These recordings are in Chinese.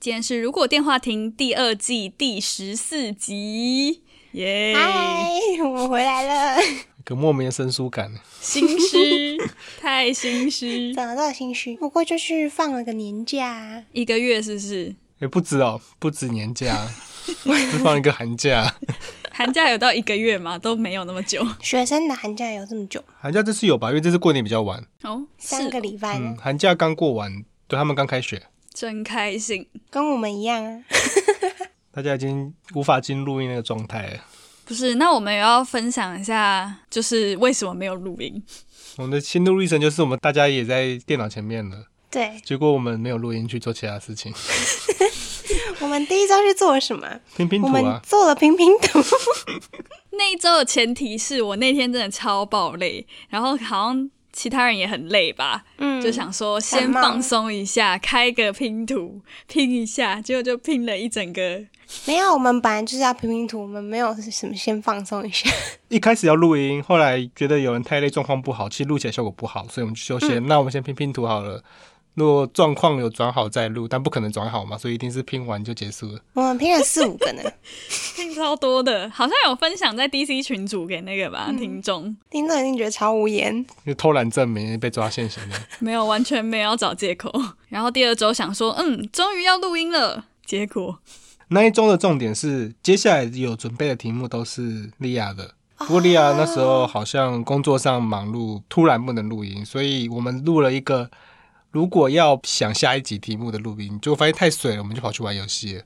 今天是《如果电话亭》第二季第十四集，耶、嗨，我回来了。 一个莫名的生疏感，心虚，太心虚，怎么这么心虚？不过就是放了个年假啊，一个月是不是？也不止哦，不止年假， 只放一个寒假。寒假有到一个月吗？都没有那么 久学生的寒假有这么久，寒假这次有吧？因为这次过年比较晚，哦，三个是礼拜嗯，呢，寒假刚过完，对他们刚开学，真开心，跟我们一样啊。大家已经无法进入录音那个状态了。不是？那我们也要分享一下，就是为什么没有录音？我们的心路历程就是我们大家也在电脑前面了，对结果我们没有录音去做其他事情， 我们第一周是做了什么？拼拼我图们啊，做了拼拼图，那一周的前提是我那天真的超爆累，然后好像其他人也很累吧，嗯就想说感先冒放松一下，开个拼图拼一下，结果就拼了一整个。没有，我们本来就是要拼拼图，我们没有什么先放松一下。一开始要录音，后来觉得有人太累，状况不好，其实录起来效果不好，所以我们就休息。那我们先拼拼图好了。如果状况有转好再录，但不可能转好嘛，所以一定是拼完就结束了。我们拼了四五个呢，听超多的，好像有分享在 DC 群组给那个吧、听众，听众一定觉得超无言。就偷懒证明被抓现行的，没有完全没有要找借口。 然后第二周想说，嗯，终于要录音了，结果那一周的重点是，接下来有准备的题目都是莉亚的。不过莉亚那时候好像工作上忙碌，突然不能录音，所以我们录了一个如果要想下一集题目的录音，结果发现太水了，我们就跑去玩游戏了。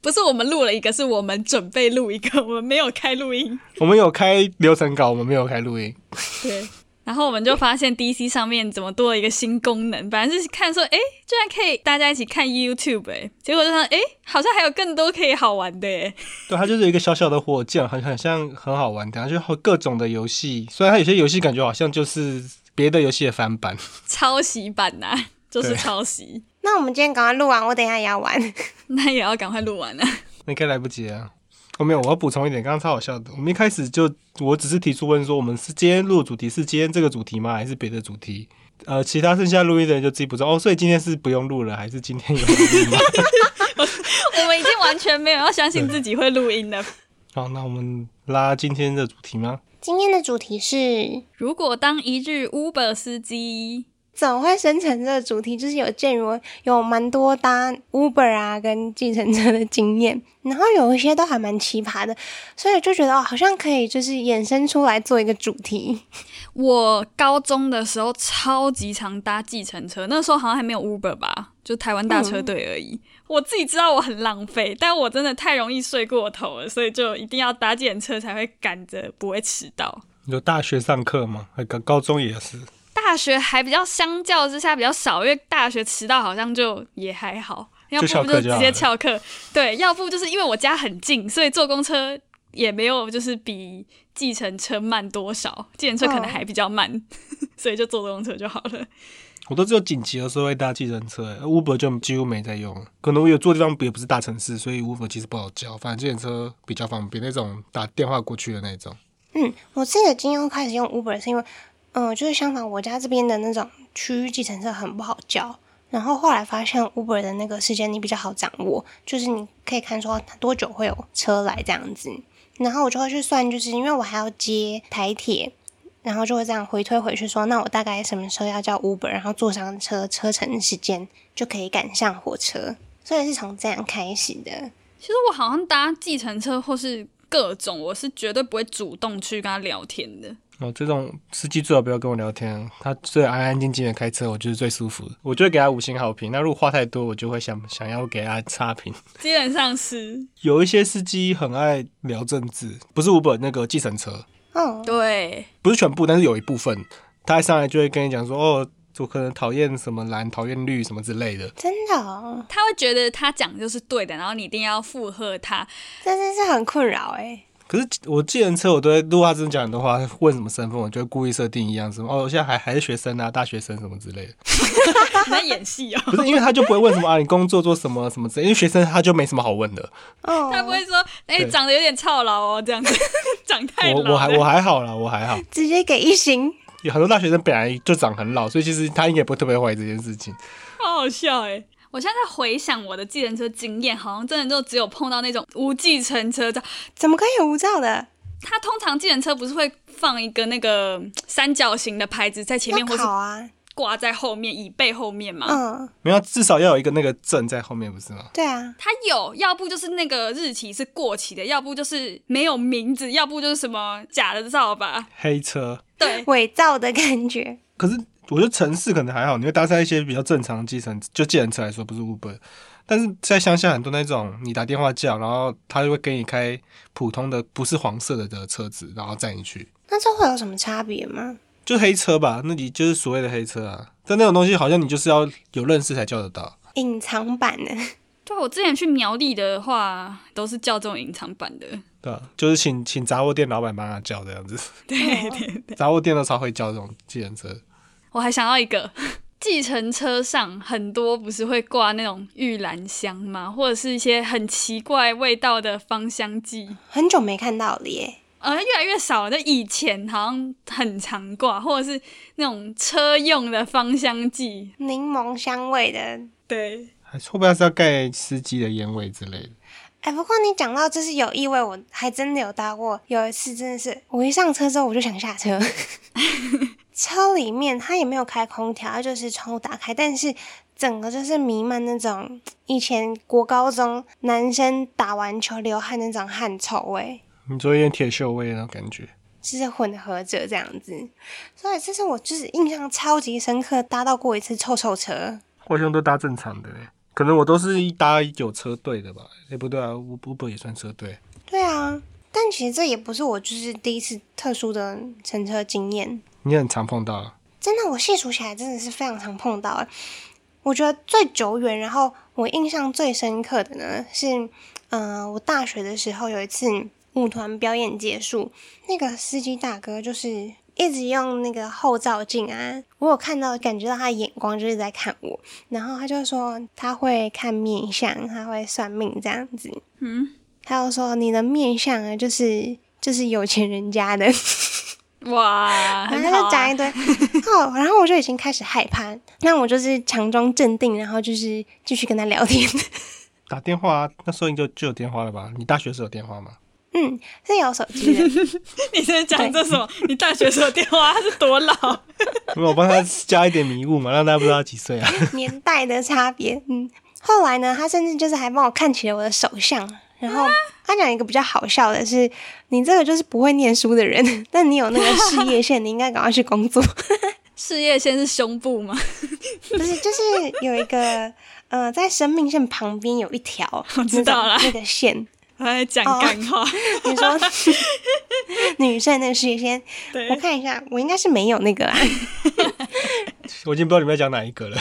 不是我们录了一个，是我们准备录一个，我们没有开录音。我们有开流程稿，我们没有开录音。对。然后我们就发现 DC 上面怎么多了一个新功能，反正是看说，哎，居然可以大家一起看 YouTube，哎，结果就想，哎，好像还有更多可以好玩的，哎，对，它就是一个小小的火箭，很很像很好玩的，然后就各种的游戏。虽然它有些游戏感觉好像就是别的游戏的翻版， 抄袭版呐、 就是对抄袭， 那我们今天赶快录完，我等一下也要玩。那也要赶快录完了。啊那应该来不及啊。哦，没有，我要补充一点，刚刚超好笑的。我们一开始就，我只是提出问说，我们是今天录的主题是今天这个主题吗，还是别的主题？呃，其他剩下录音的人就自己补充。哦，所以今天是不用录了，还是今天有录音吗？ 我们已经完全没有要相信自己会录音了。好，那我们拉今天的主题吗？今天的主题是，如果当一日 Uber 司机，怎么会生成这个主题？就是有鉴于我有蛮多搭 Uber 啊跟计程车的经验，然后有一些都还蛮奇葩的，所以就觉得哦，好像可以就是衍生出来做一个主题。我高中的时候超级常搭计程车，那时候好像还没有 Uber 吧，就台湾大车队而已。我自己知道我很浪费，但我真的太容易睡过头了，所以就一定要搭计程车才会赶着不会迟到。有大学上课吗？还高高中也是。大学还比较相较之下比较少，因为大学迟到好像就也还好，要不就翘课就直好接了翘课，对，要不就是因为我家很近，所以坐公车也没有就是比计程车慢多少，计程车可能哦还比较慢， 所以就坐公车就好了。我都只有紧急的时候会搭计程车、u b e r 就几乎没在用。可能我有住的地方也不是大城市，所以 Uber 其实不好叫，反正计程车比较方便，那种打电话过去的那种。嗯，我自己的经验开始用 Uber 是因为，嗯、就是相反，我家这边的那种区域计程车很不好叫。然后后来发现 Uber 的那个时间你比较好掌握，就是你可以看说它多久会有车来这样子。然后我就会去算，就是因为我还要接台铁，然后就会这样回推回去说，那我大概什么时候要叫 Uber，然后坐上车车程时间就可以赶上火车。所以是从这样开始的。其实我好像搭计程车或是各种，我是绝对不会主动去跟他聊天的。哦，这种司机最好不要跟我聊天，他最安安静静的开车，我觉得最舒服的。我就会给他五星好评。那如果话太多，我就会想想要给他差评。基本上是有一些司机很爱聊政治，不是 Uber 那个计程车，哦，对，不是全部，但是有一部分，他一上来就会跟你讲说，哦，就可能讨厌什么蓝、讨厌绿什么之类的。真的、哦，他会觉得他讲就是对的，然后你一定要附和他。这真是很困扰哎、可是我计程车，我都会如果他真的讲的话，问什么身份，我就会故意设定一样什么哦，我现在还还是学生啊，大学生什么之类的。你在演戏哦，不是因为他就不会问什么啊，你工作做什么什么之类的，因为学生他就没什么好问的。哦， 他不会说哎、对长得有点操劳哦，这样子 长太老我了。我还我还好啦，我还好。直接给一星。有很多大学生本来就长很老，所以其实他应该也不会特别怀疑这件事情。好好笑哎、我现在在回想我的计程车经验，好像真的就只有碰到那种无计程车的。怎么可以有无照的？他通常计程车不是会放一个那个嗯三角形的牌子在前面，要啊或是考啊，挂在后面椅背后面嘛？嗯，没有，啊至少要有一个那个证在后面，不是吗？对啊，他有，要不就是那个日期是过期的，要不就是没有名字，要不就是什么假的照吧。黑车，对，伪造的感觉。可是我觉得城市可能还好，你会搭上一些比较正常的计程，就计程车来说，不是 Uber。但是在乡下很多那种，你打电话叫，然后他就会给你开普通的，不是黄色的的车子，然后载你去，那这会有什么差别吗？就黑车吧，那你就是所谓的黑车啊。但那种东西好像你就是要有认识才叫得到。隐藏版的，对我之前去苗栗的话，都是叫这种隐藏版的。对啊，就是请请杂货店老板帮他叫这样子，对对对，杂货店都超会叫这种计程车。我还想到一个， 计程车上很多不是会挂那种玉兰香吗？或者是一些很奇怪味道的芳香剂。很久没看到了耶。呃，越来越少了。就以前好像很常挂，或者是那种车用的芳香剂。柠檬香味的。对，还是会不会是要盖司机的烟味之类的？哎，不过你讲到这是有意味，我还真的有搭过。有一次真的是，我一上车之后我就想下车。 车里面它也没有开空调，它就是窗户打开，但是整个就是弥漫那种以前国高中男生打完球流汗那种汗臭味。你说有点铁锈味那种感觉，就是混合着这样子，所以这是我就是印象超级深刻，搭到过一次臭臭车，我好像都搭正常的嘞，可能我都是搭有车队的吧？哎、不对啊，U-，Uber 也算车队。对啊，但其实这也不是我就是第一次特殊的乘车经验，你很常碰到啊，真的我细数起来真的是非常常碰到、欸。我觉得最久远，然后我印象最深刻的呢是，呃，我大学的时候有一次舞团表演结束，那个司机大哥就是。一直用那个后照镜啊，我有看到，感觉到他的眼光就是在看我，然后他就说他会看面相，他会算命这样子，嗯，他又说你的面相啊，就是就是有钱人家的，哇，然很后他就好、讲啊一。堆，哦，然后我就已经开始害怕，那我就是强装镇定，然后就是继续跟他聊天，打电话、啊、那时候你就就有电话了吧？你大学时候有电话吗？嗯，是有手机的， 你在讲这什么？你大学时候电话他是多老？因为我帮他加一点迷雾嘛，让大家不知道他几岁啊。 年代的差别，嗯，后来呢，他甚至就是还帮我看起了我的手相，然啊后他讲一个比较好笑的是，你这个就是不会念书的人，但你有那个事业线，你应该赶快去工作。 事业线是胸部吗？，不是，就是有一个呃，在生命线旁边有一条我知道啦那种那个线。我在哎讲哦干话。 你说女生那个事业线，对我，看一下，我应该是没有那个啊。我已经不知道你们要讲哪一个了。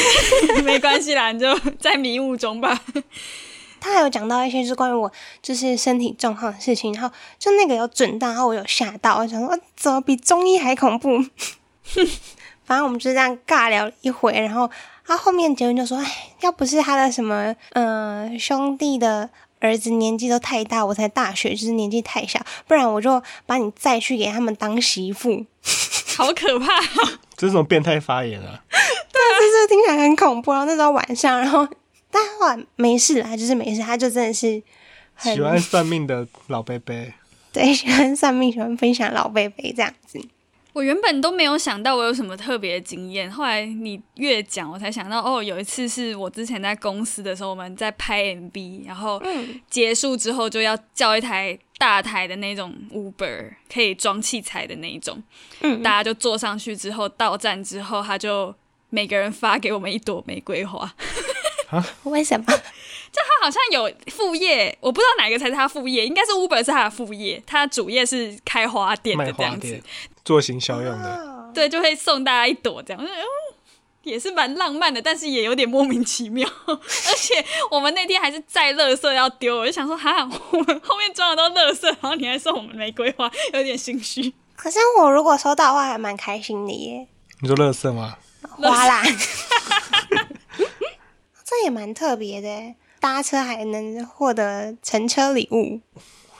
没关系啦，你就在迷雾中吧。他还有讲到一些就是关于我就是身体状况的事情，然后就那个有准到，然后我有吓到，我想说、啊、怎么比中医还恐怖？反正我们就这样尬聊一回，然后他后面结论就说，哎，要不是他的什么呃兄弟的儿子年纪都太大，我才大学就是年纪太小，不然我就把你再去给他们当媳妇。好可怕、这是什么变态发言啊？就是听起来很恐怖。然后那时候晚上，然后但后来没事啦，就是没事，他就真的是很喜欢算命的老贝贝，对，喜欢算命，喜欢分享老贝贝这样子。我原本都没有想到我有什么特别的经验，后来你越讲，我才想到哦，有一次是我之前在公司的时候，我们在拍 MV，然后结束之后就要叫一台大台的那种 Uber，可以装器材的那一种，嗯大家就坐上去之后，到站之后，他就每个人发给我们一朵玫瑰花。为什么？他好像有副业，我不知道哪个才是他副业，应该是 Uber 是他的副业，他主业是开花店卖的这花样子店。，做行销用的。哦对，就会送大家一朵这样。我就觉得哦， 也是蛮浪漫的，但是也有点莫名其妙。 而且我们那天还是载垃圾要丢，我就想说，哈，我们后面装得到垃圾，然后你还送我们玫瑰花，有点心虚。可是我如果收到的话，还蛮开心的耶，你说乐色吗？花 啦，这也蛮特别的耶。搭车还能获得乘车礼物。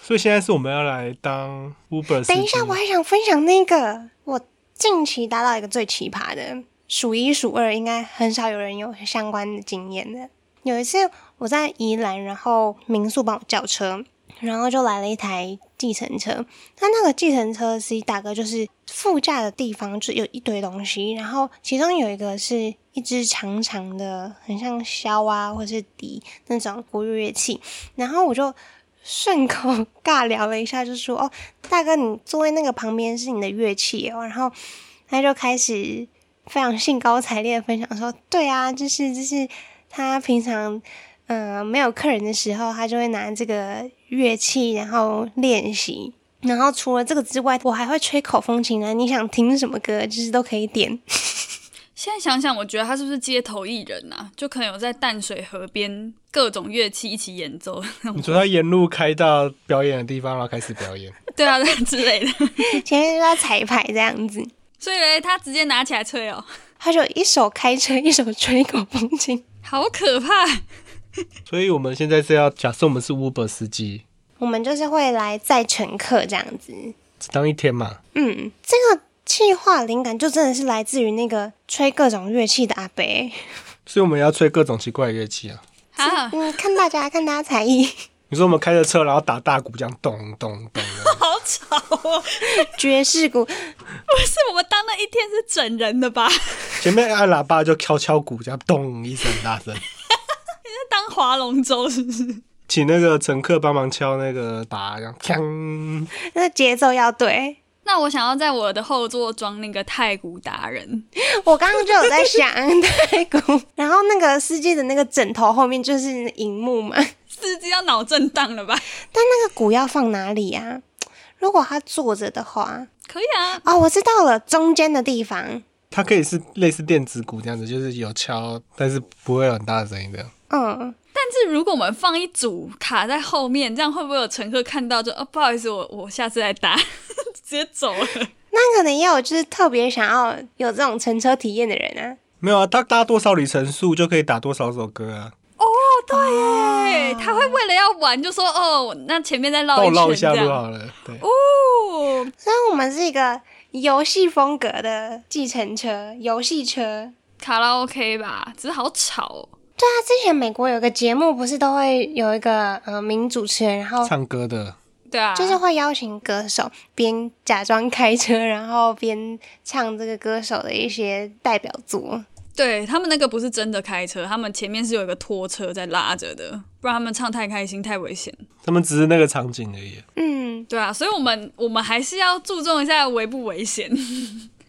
所以现在是我们要来当 Uber 司等机一下，我还想分享那个我近期搭到一个最奇葩的，数一数二，应该很少有人有相关的经验的。有一次我在宜兰，然后民宿帮我叫车，然后就来了一台计程车。他那个计程车司机大哥就是副驾的地方就有一堆东西，然后其中有一个是一只长长的，很像箫啊或是笛那种国乐乐器，然后我就顺口尬聊了一下，就说：“哦，大哥，你座位那个旁边是你的乐器哦。”然后他就开始非常兴高采烈的分享说：“对啊，就是就是他平常呃没有客人的时候，他就会拿这个乐器然后练习。”然后除了这个之外，我还会吹口风琴呢。你想听什么歌，就是都可以点。现在想想，我觉得他是不是街头艺人啊？就可能有在淡水河边各种乐器一起演奏， 你说他沿路开到表演的地方，然后开始表演，对啊，对啊之类的。前面就要彩排这样子，所以嘞，他直接拿起来吹哦，他就一手开车，一手吹口风琴。好可怕！所以我们现在是要假设我们是 Uber 司机，我们就是会来载乘客这样子。只当一天嘛。嗯，这个气化灵感就真的是来自于那个吹各种乐器的阿北。所以我们要吹各种奇怪的乐器啊。啊，嗯，看大家看大家才艺，你说我们开着车，然后打大鼓，这样咚咚咚的，好吵哦！ 爵士鼓不 是我们当那一天是整人的吧？前面按喇叭就敲敲鼓，这样咚一声很 大声，当划龙舟是不是？请那个乘客帮忙敲那个把，这样锵。那节奏要对。那我想要在我的后座装那个太鼓达人，我刚刚就有在想 太鼓，然后那个司机的那个枕头后面就是荧幕嘛，但司机要脑震荡了吧？那个鼓要放哪里啊？如果他坐着的话，可以啊，哦，我知道了，中间的地方，它可以是类似电子鼓这样子，就是有敲，但是不会有很大的声音这样。嗯，但是如果我们放一组卡在后面，这样会不会有乘客看到就哦不好意思，我我下次再搭， 直接走了？那可能也有就是特别想要有这种乘车体验的人啊。没有啊，它搭多少里程数就可以打多少首歌啊。对，啊他会为了要玩就说哦，那前面再绕帮我一绕圈一下这路啊样。好了。对，哦，虽然我们是一个游戏风格的计程车、游戏车，卡拉 OK 吧，只是好吵、哦。对啊，之前美国有个节目不是都会有一个呃名主持人，然后唱歌的对啊，就是会邀请歌手边假装开车，然后边唱这个歌手的一些代表作。对他们那个不是真的开车，他们前面是有一个拖车在拉着的，不然他们唱太开心太危险。他们只是那个场景而已。嗯，对啊，所以我们我们还是要注重一下危不危险。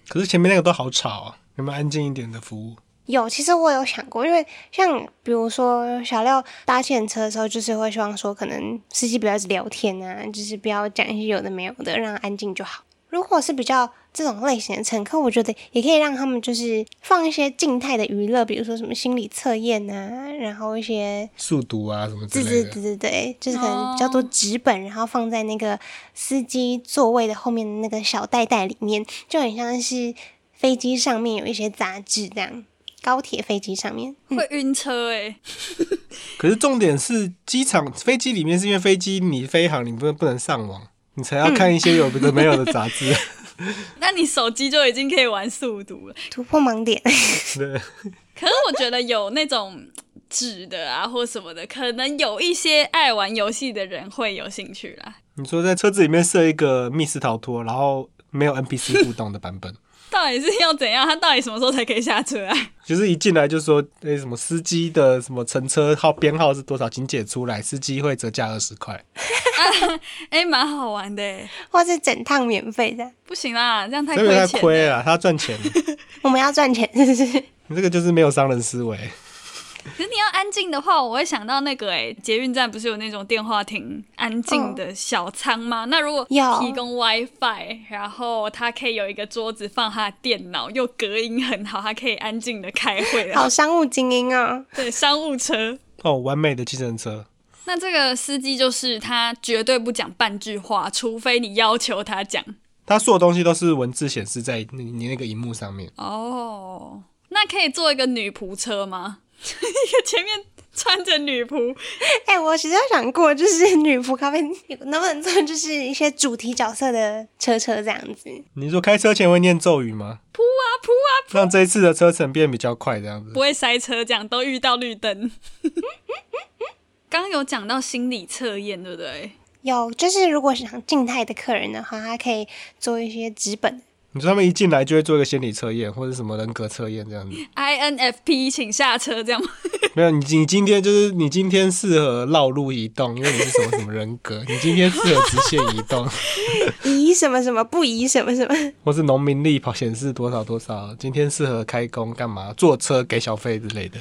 可是前面那个都好吵啊，有没有安静一点的服务？有，其实我有想过，因为像比如说小廖搭计程车的时候，就是会希望说，可能司机不要一直聊天啊，就是不要讲一些有的没有的，让他安静就好。如果是比较这种类型的乘客，我觉得也可以让他们就是放一些静态的娱乐，比如说什么心理测验啊，然后一些速读啊什么对之类对的。对对对，就是可能比较多纸本，然后放在那个司机座位的后面的那个小袋袋里面，就很像是飞机上面有一些杂志这样，高铁飞机上面。会晕车哎、可是重点是机场飞机里面，是因为飞机你飞航，你不不能上网，你才要看一些有的没有的杂 志。那你手机就已经可以玩速读了。 突破盲点，对，可是我觉得有那种纸的啊或什么的，可能有一些爱玩游戏的人会有兴趣啦。你说在车子里面设一个密室逃脱，然后没有 NPC 互动的版本。到底是要怎样？他到底什么时候才可以下车啊？就是一进来就说，诶、什么司机的什么乘车号编号是多少，请解出来，司机会折价二十块。哎、蛮好玩的、欸。或是整趟免费的， 不行啦，这样太这亏个太钱亏啊了。了，他赚钱，我们要赚钱，是不是？你这个就是没有商人思维。可是你要安静的话，我会想到那个哎、捷运站不是有那种电话亭安静的小仓吗？那如果哦有提供 WiFi，然后它可以有一个桌子放他的电脑，又隔音很好，它可以安静的开会。然后好商务精英啊！对，商务车。哦，完美的计程车，那这个司机就是他绝对不讲半句话，除非你要求他讲。它所有东西都是文字显示在你你那个荧幕上面。哦，那可以做一个女仆车吗？ 一个前面穿着女仆， 哎、我其实有想过，就是女仆咖啡能不能做，就是一些主题角色的车车这样子。你说开车前会念咒语吗？噗啊噗啊，让这一次的车程变比较快，这样子不。会塞车，这样都遇到绿灯。刚刚有讲到心理测验，对不对？有，就是如果是想静态的客人的话，他可以做一些纸本。你说他们一进来就会做一个心理测验或者什么人格测验 这样子。 INFP，请下车，这样吗？没有，你你今天就是你今天适合绕路移动，因为你是什么什么人 格，你今天适合直线移动，宜什么什么，不宜什么什么。或是农民力跑显示多少多少，今天适合开工干嘛，坐车给小费之类的。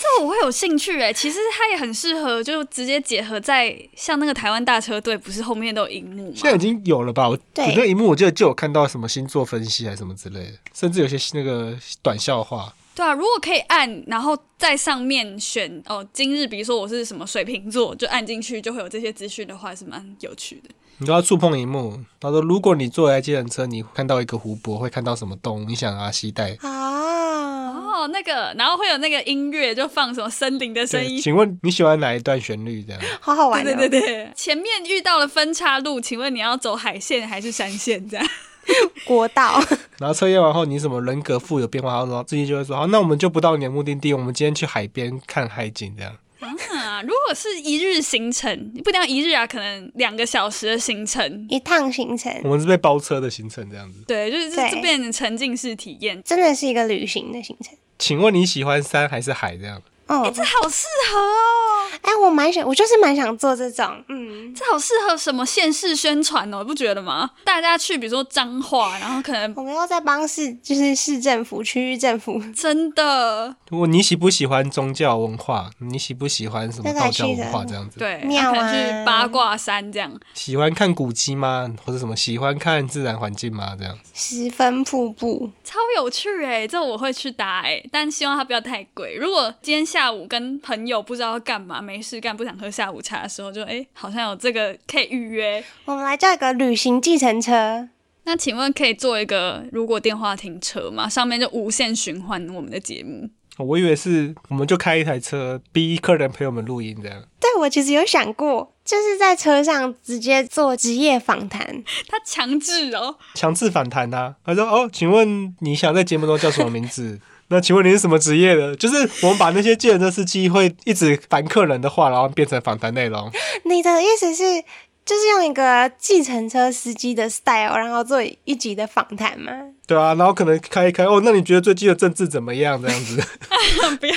这我会有兴趣哎。其实它也很适合，就直接结合在像那个台湾大车队，不是后面都有荧幕吗？现在已经有了吧？我对那一幕我记得就有看到什么星座分析还是什么之类的，甚至有些那个短笑话。对啊，如果可以按，然后在上面选哦，今日比如说我是什么水瓶座，就按进去就会有这些资讯的话，是蛮有趣的。你都要触碰荧幕。他说，如果你坐在计程车，你看到一个湖泊，会看到什么动物？你想啊，携带。啊，哦，那个，然后会有那个音乐，就放什么森林的声对，音。请问你喜欢哪一段旋律？这样， 好好玩、对哦。对对对，前面遇到了分岔路，请问你要走海线还是山线？这样国道然后测验完后，你什么人格富有变化？然后自己就会说，好，那我们就不到你的目的地，我们今天去海边看海景。这样， 啊，如果是一日行程，不一定要一日啊，可能两个小时的行程， 一趟行程我们是被包车的行程这样子。对，就是对这这变成沉浸式体验，真的是一个旅行的行程。请问你喜欢山还是海？这样，哦，这好适合哦，哎、我蛮想，我就是蛮想做这种，嗯，这好适合什么县市宣传哦，你不觉得吗？大家去，比如说彰化，然后可能我们要在帮市，就是市政府、区域政府，真的如果你喜不喜欢宗教文化？你喜不喜欢什么道教文化？这样子，对，然妙后可啊能去八卦山这样，喜欢看古迹吗？或者什么喜欢看自然环境吗？这样，十分瀑布，超有趣哎、这我会去打哎、但希望它不要太贵。如果今天下午跟朋友不知道要干嘛，没事干，不想喝下午茶的时候就，哎，好像有这个可以预约。我们来叫一个旅行计程车。那请问可以做一个如果电话停车吗？上面就无限循环我们的节目， 我以为是我们就开一台车，逼客人陪我们录音这样。对我其实有想过，就是在车上直接做职业访谈，它强制哦， 强制反弹啊！他说：“哦，请问你想在节目中叫什么名字？ 那请问你是什么职业的？就是我们把那些计程车司机会一直烦客人的话，然后变成访谈内容。你的意思是，就是用一个计程车司机的 style，然后做一集的访谈吗？对啊，然后可能开一开哦，那你觉得最近的政治怎么样？这样子 不要，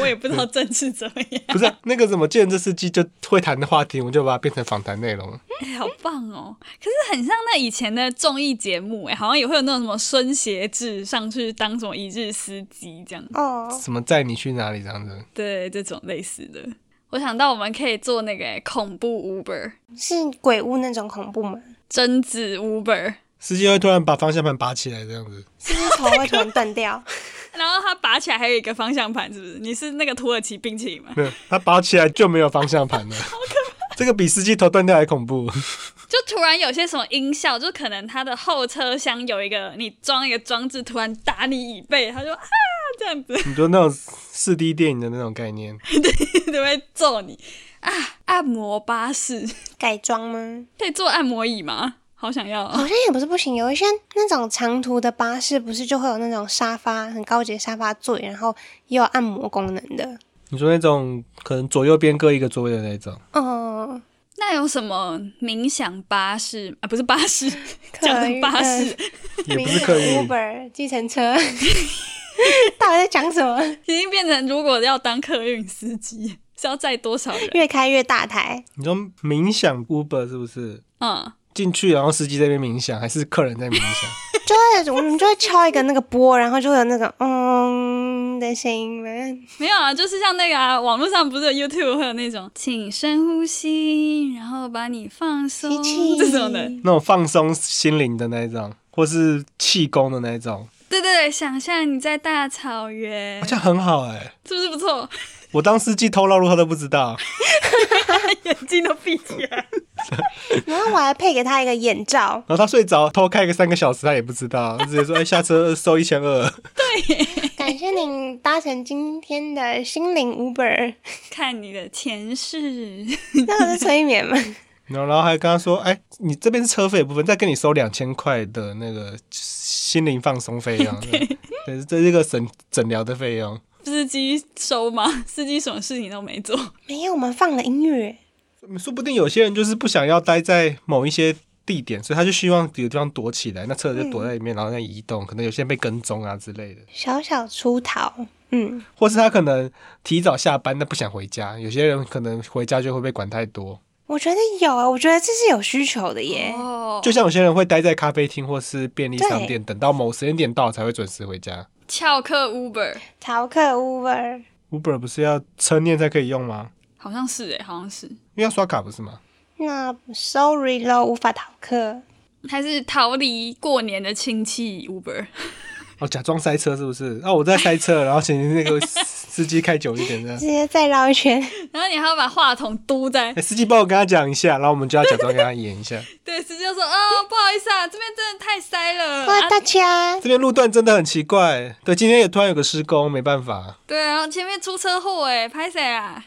我也不知道政治怎么样。不是、那个什么计程车司机就会谈的话题，我们就把它变成访谈内容。 哎、好棒哦！可是很像那以前的综艺节目，哎，好像也会有那种什么孙协志上去当什么一日司机这样，哦，什么载你去哪里这样子？对，这种类似的。我想到我们可以做那个哎恐怖 Uber、是鬼屋那种恐怖吗？贞子 Uber，司机会突然把方向盘拔起来这样子。是不是头会突然断 掉？然后它拔起来还有一个方向盘，是不是？你是那个土耳其冰淇淋吗？ 没有，他拔起来就没有方向盘了。这个比司机头断掉还恐怖。 就突然有些什么音效，就可能它的后车厢有一个你装一个装置，突然打你椅背，它就啊这样子。 你说那种四 D 电影的那种概念。就会揍你啊！按摩巴士改装吗？可以坐按摩椅吗？好想要、哦好像也不是不行，有一些那种长途的巴士，不是就会有那种沙发很高级的沙发座椅，然后也有按摩功能的。你说那种可能左右边各一个座位的那种，哦，那有什么冥想巴士啊？不是巴士，可呃讲成以巴士，也不是刻意。 Uber 计程 车，到底在讲什么？已经变成如果要当客运司机， 是要载多少人？越开越大台，你说冥想 Uber 是不是嗯，进去然后司机在那边冥想，还是客人在冥想？ 就会我们就会敲一个那个波，然后就会有那个嗯闷的声音吗？没有啊，就是像那个啊，网络上不是有 YouTube 会有那种，请深呼吸，然后把你放松吸气这种的。那种放松心灵的那一种，或是气功的那一种，对对对，想象你在大草原好，像很好哎、是不是不错？我当司机偷绕路，他都不知道。眼睛都闭起来。然后我还配给他一个眼罩，然后他睡着，偷开个三个小时，他也不知道，直接说：“哎、下车收一千二。感谢您搭乘今天的心灵 Uber。看你的前世， 那个是催眠吗？”然后，然后还跟他说：“哎、你这边是车费的部分，再跟你收两千块的那个心灵放松费用，对，这是一个诊诊疗的费用。司机收吗？司机什么事情都没做，没有，我们放了音乐。说不定有些人就是不想要待在某一些地点，所以他就希望有地方躲起来，那车子就躲在里面，然后再移动。可能有些人被跟踪啊之类的，小小出逃，嗯，或是他可能提早下班，但不想回家。有些人可能回家就会被管太多。”我觉得有啊，我觉得这是有需求的耶。哦，就像有些人会待在咖啡厅或是便利商对店，等到某时间点到才会准时回家。翘课 Uber，逃课 Uber， Uber 不是要车念才可以用吗？好像是哎、好像是，因为要刷卡不是吗？那 sorry 咯，无法逃课。还是逃离过年的亲戚 Uber，哦，假装塞车是不是？啊，我在塞车，然后请那个司机开久一点这样直。接再绕一 圈，然后你还要把话筒嘟在哎、司机帮我跟他讲一下，然后我们就要假装跟他演一下。 对，司机就说：“哦，不好意思啊，这边真的太塞了。哇，啊大家这边路段真的很奇怪，对，今天也突然有个施工，没办法。”对，然后前面出车祸，哎，拍谁 啊？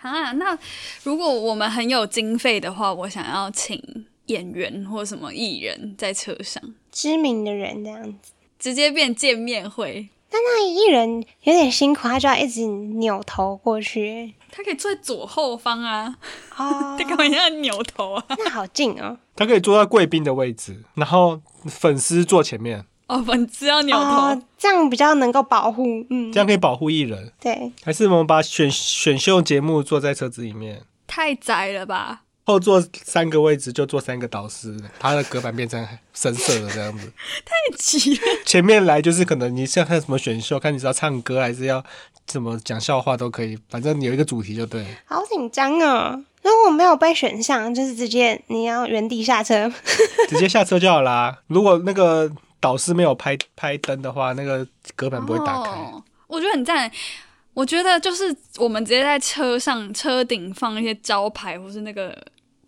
啊，那如果我们很有经费的话，我想要请演员或什么艺人在车上，知名的人这样子。直接变见面会。但那一人有点辛苦，他就要一直扭头过 去。他可以坐在左后方啊，哦他，干嘛要扭头啊？那好近哦。他可以坐在贵宾的位置，然后粉丝坐前面，哦，粉丝要 扭头，哦，这样比较能够保护。嗯这，样可以保护艺人。对，还是我们把选选秀节目坐在车子里面？太窄了吧？后座三个位置就坐三个导师，他的隔板变成深色的这样子。太挤了。前面来就是可能你像看什么选秀，看你是要唱歌还是要怎么讲笑话都可以，反正你有一个主题就对了。好紧张哦。如果没有被选上，就是直接你要原地下车。直接下车就好啦。 如果那个导师没有拍拍灯的话，那个隔板不会打开。哦、我觉得很赞。我觉得就是我们直接在车上车顶放一些招牌，或是那个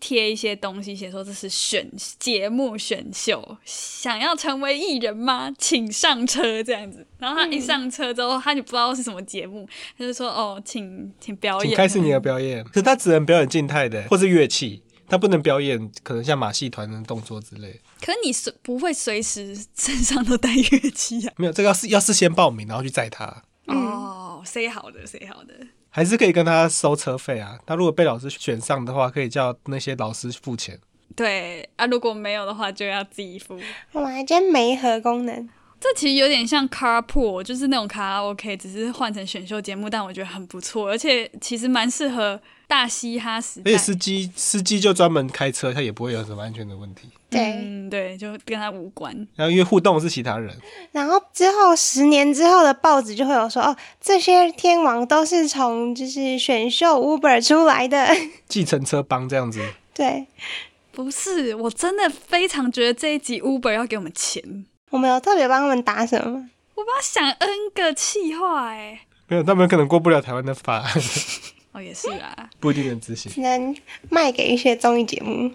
贴一些东西，写说这是选节目选秀，想要成为艺人吗？请上车这样子。然后他一上车之后，他就不知道是什么节目，他就说哦，请请表请演，开始你的表演，可是他只能表演静态的或是乐器，他不能表演可能像马戏团的动作之类的。可你随不会随时身上都带乐器啊？没有，这个要是要事先报名，然后去载他。哦，谁好的谁好的，还是可以跟他收车费啊。他如果被老师选上的话，可以叫那些老师付钱。对啊，如果没有的话就要自己付。我们还真没合功能。这其实有点像 carpool，就是那种卡拉 OK，只是换成选秀节目，但我觉得很不错，而且其实蛮适合大嘻哈时代而且。司机司机就专门开车，他也不会有什么安全的问题。对，嗯，对，就跟他无关。然后因为互动的是其他人，然后之后十年之后的报纸就会有说，哦，这些天王都是从就是选秀 Uber 出来的。计程车帮这样子，对，不是，我真的非常觉得这一集 Uber 要给我们钱，我们有特别帮他们打什么吗？我帮他想 N 个气话哎、没有他们可能过不了台湾的法案，哦，也是啦。 不一定能执行。只能卖给一些综艺节目。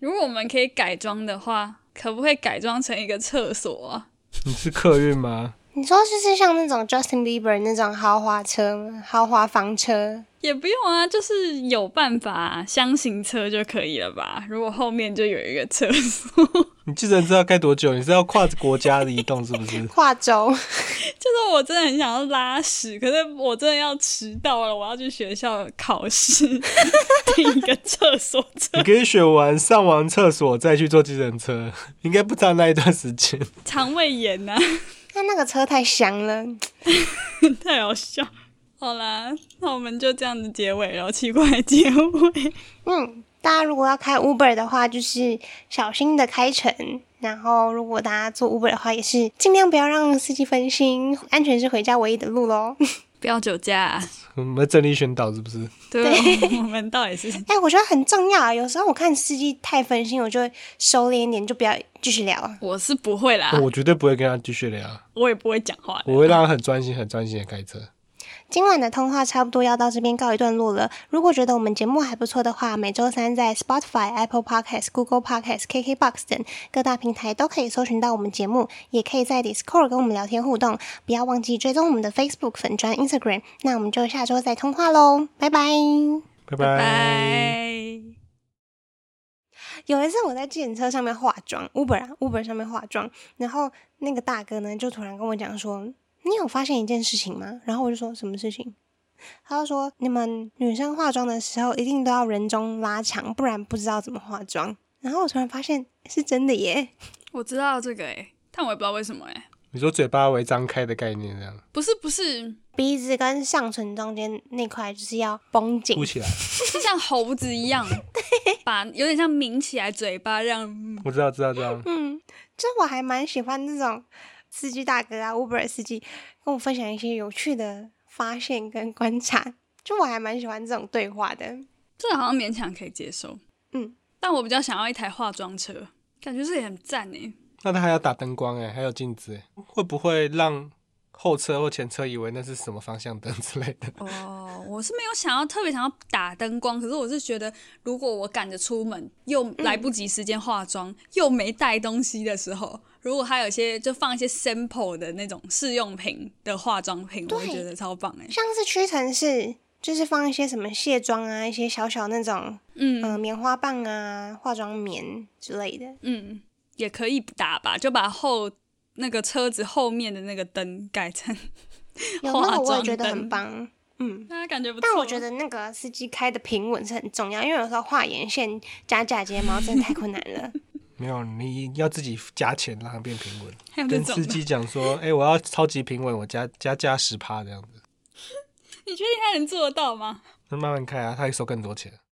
如果我们可以改装的话，可不可以改装成一个厕所啊？你是客运吗？你说就是像那种 Justin Bieber 那种豪华车吗？豪华房车？？也不用啊，就是有办法、箱型车就可以了吧？如果后面就有一个厕所。你计程车要开多久？你是要跨国家的移动是不是跨州？就是我真的很想要拉屎，可是我真的要迟到了，我要去学校考试， 订一个厕所车，你可以选完上完厕所再去坐计程车，应该不差那一段时间。肠胃炎啊呐、 那那个车太香了， 太好笑。好啦，那我们就这样子结尾了，奇怪的结尾。 嗯，大家如果要开 Uber 的话，就是小心的开乘。然后，如果大家做 Uber 的话，也是尽量不要让司机分心，安全是回家唯一的路喽。不要酒驾、啊我们正力宣导是不是？对，啊对我们到底是 哎、我觉得很重要啊。有时候我看司机太分心，我就会收敛一点，就不要继续聊了。我是不会啦，哦我绝对不会跟他继续聊，我也不会讲话的。我会让他很专心、很专心的开车。今晚的通话差不多要到这边告一段落了。如果觉得我们节目还不错的话，每周三在 Spotify、Apple Podcast、Google Podcast、KKBox 等各大平台都可以搜寻到我们节目，也可以在 Discord 跟我们聊天互动。不要忘记追踪我们的 Facebook 粉专、Instagram。那我们就下周再通话喽，拜拜。拜拜拜。拜。有一次我在计程车上面化妆，Uber 啊，Uber 上面化妆，然后那个大哥呢就突然跟我讲说：“你有发现一件事情吗？”然后我就说：“什么事情？”他就说：“你们女生化妆的时候一定都要人中拉长，不然不知道怎么化妆。”然后我突然发现是真的耶，我知道这个诶、欸但我也不知道为什么诶、欸你说嘴巴为张开的概念这样不是不是，鼻子跟上唇中间那块就是要绷紧凸，起来，是像猴子一 样，把有点像抿起来嘴巴，让我知道，知道，知道。嗯，这我还蛮喜欢那种司机大哥啊，Uber 司机跟我分享一些有趣的发现跟观察，就我还蛮喜欢这种对话的。这个好像勉强可以接受。嗯，但我比较想要一台化妆车，感觉这也很赞欸诶、那他还要打灯光哎、还有镜子、欸，会不会让后车或前车以为那是什么方向灯之类的？ 哦， 我是没有想要特别想要打灯光，可是我是觉得，如果我赶着出门，又来不及时间化妆，嗯又没带东西的时候，如果还有一些就放一些 sample 的那种试用品的化妆品，我会对觉得超棒哎、像是屈臣氏，就是放一些什么卸妆啊，一些小小那种嗯嗯、呃棉花棒啊、化妆棉之类的。嗯，也可以打吧，就把后那个车子后面的那个灯改成 有化那个妆我也觉得很灯棒，嗯。那感觉不错。但我觉得那个司机开的平稳是很重要，因为有时候画眼线、加假睫毛真的太困难了。没有，你要自己加钱让它变平稳，还有那跟种司的，机讲说，哎、我要超级平稳，我加加加十趴这样子，你确定他能做得到吗？那慢慢开啊，他一收更多钱。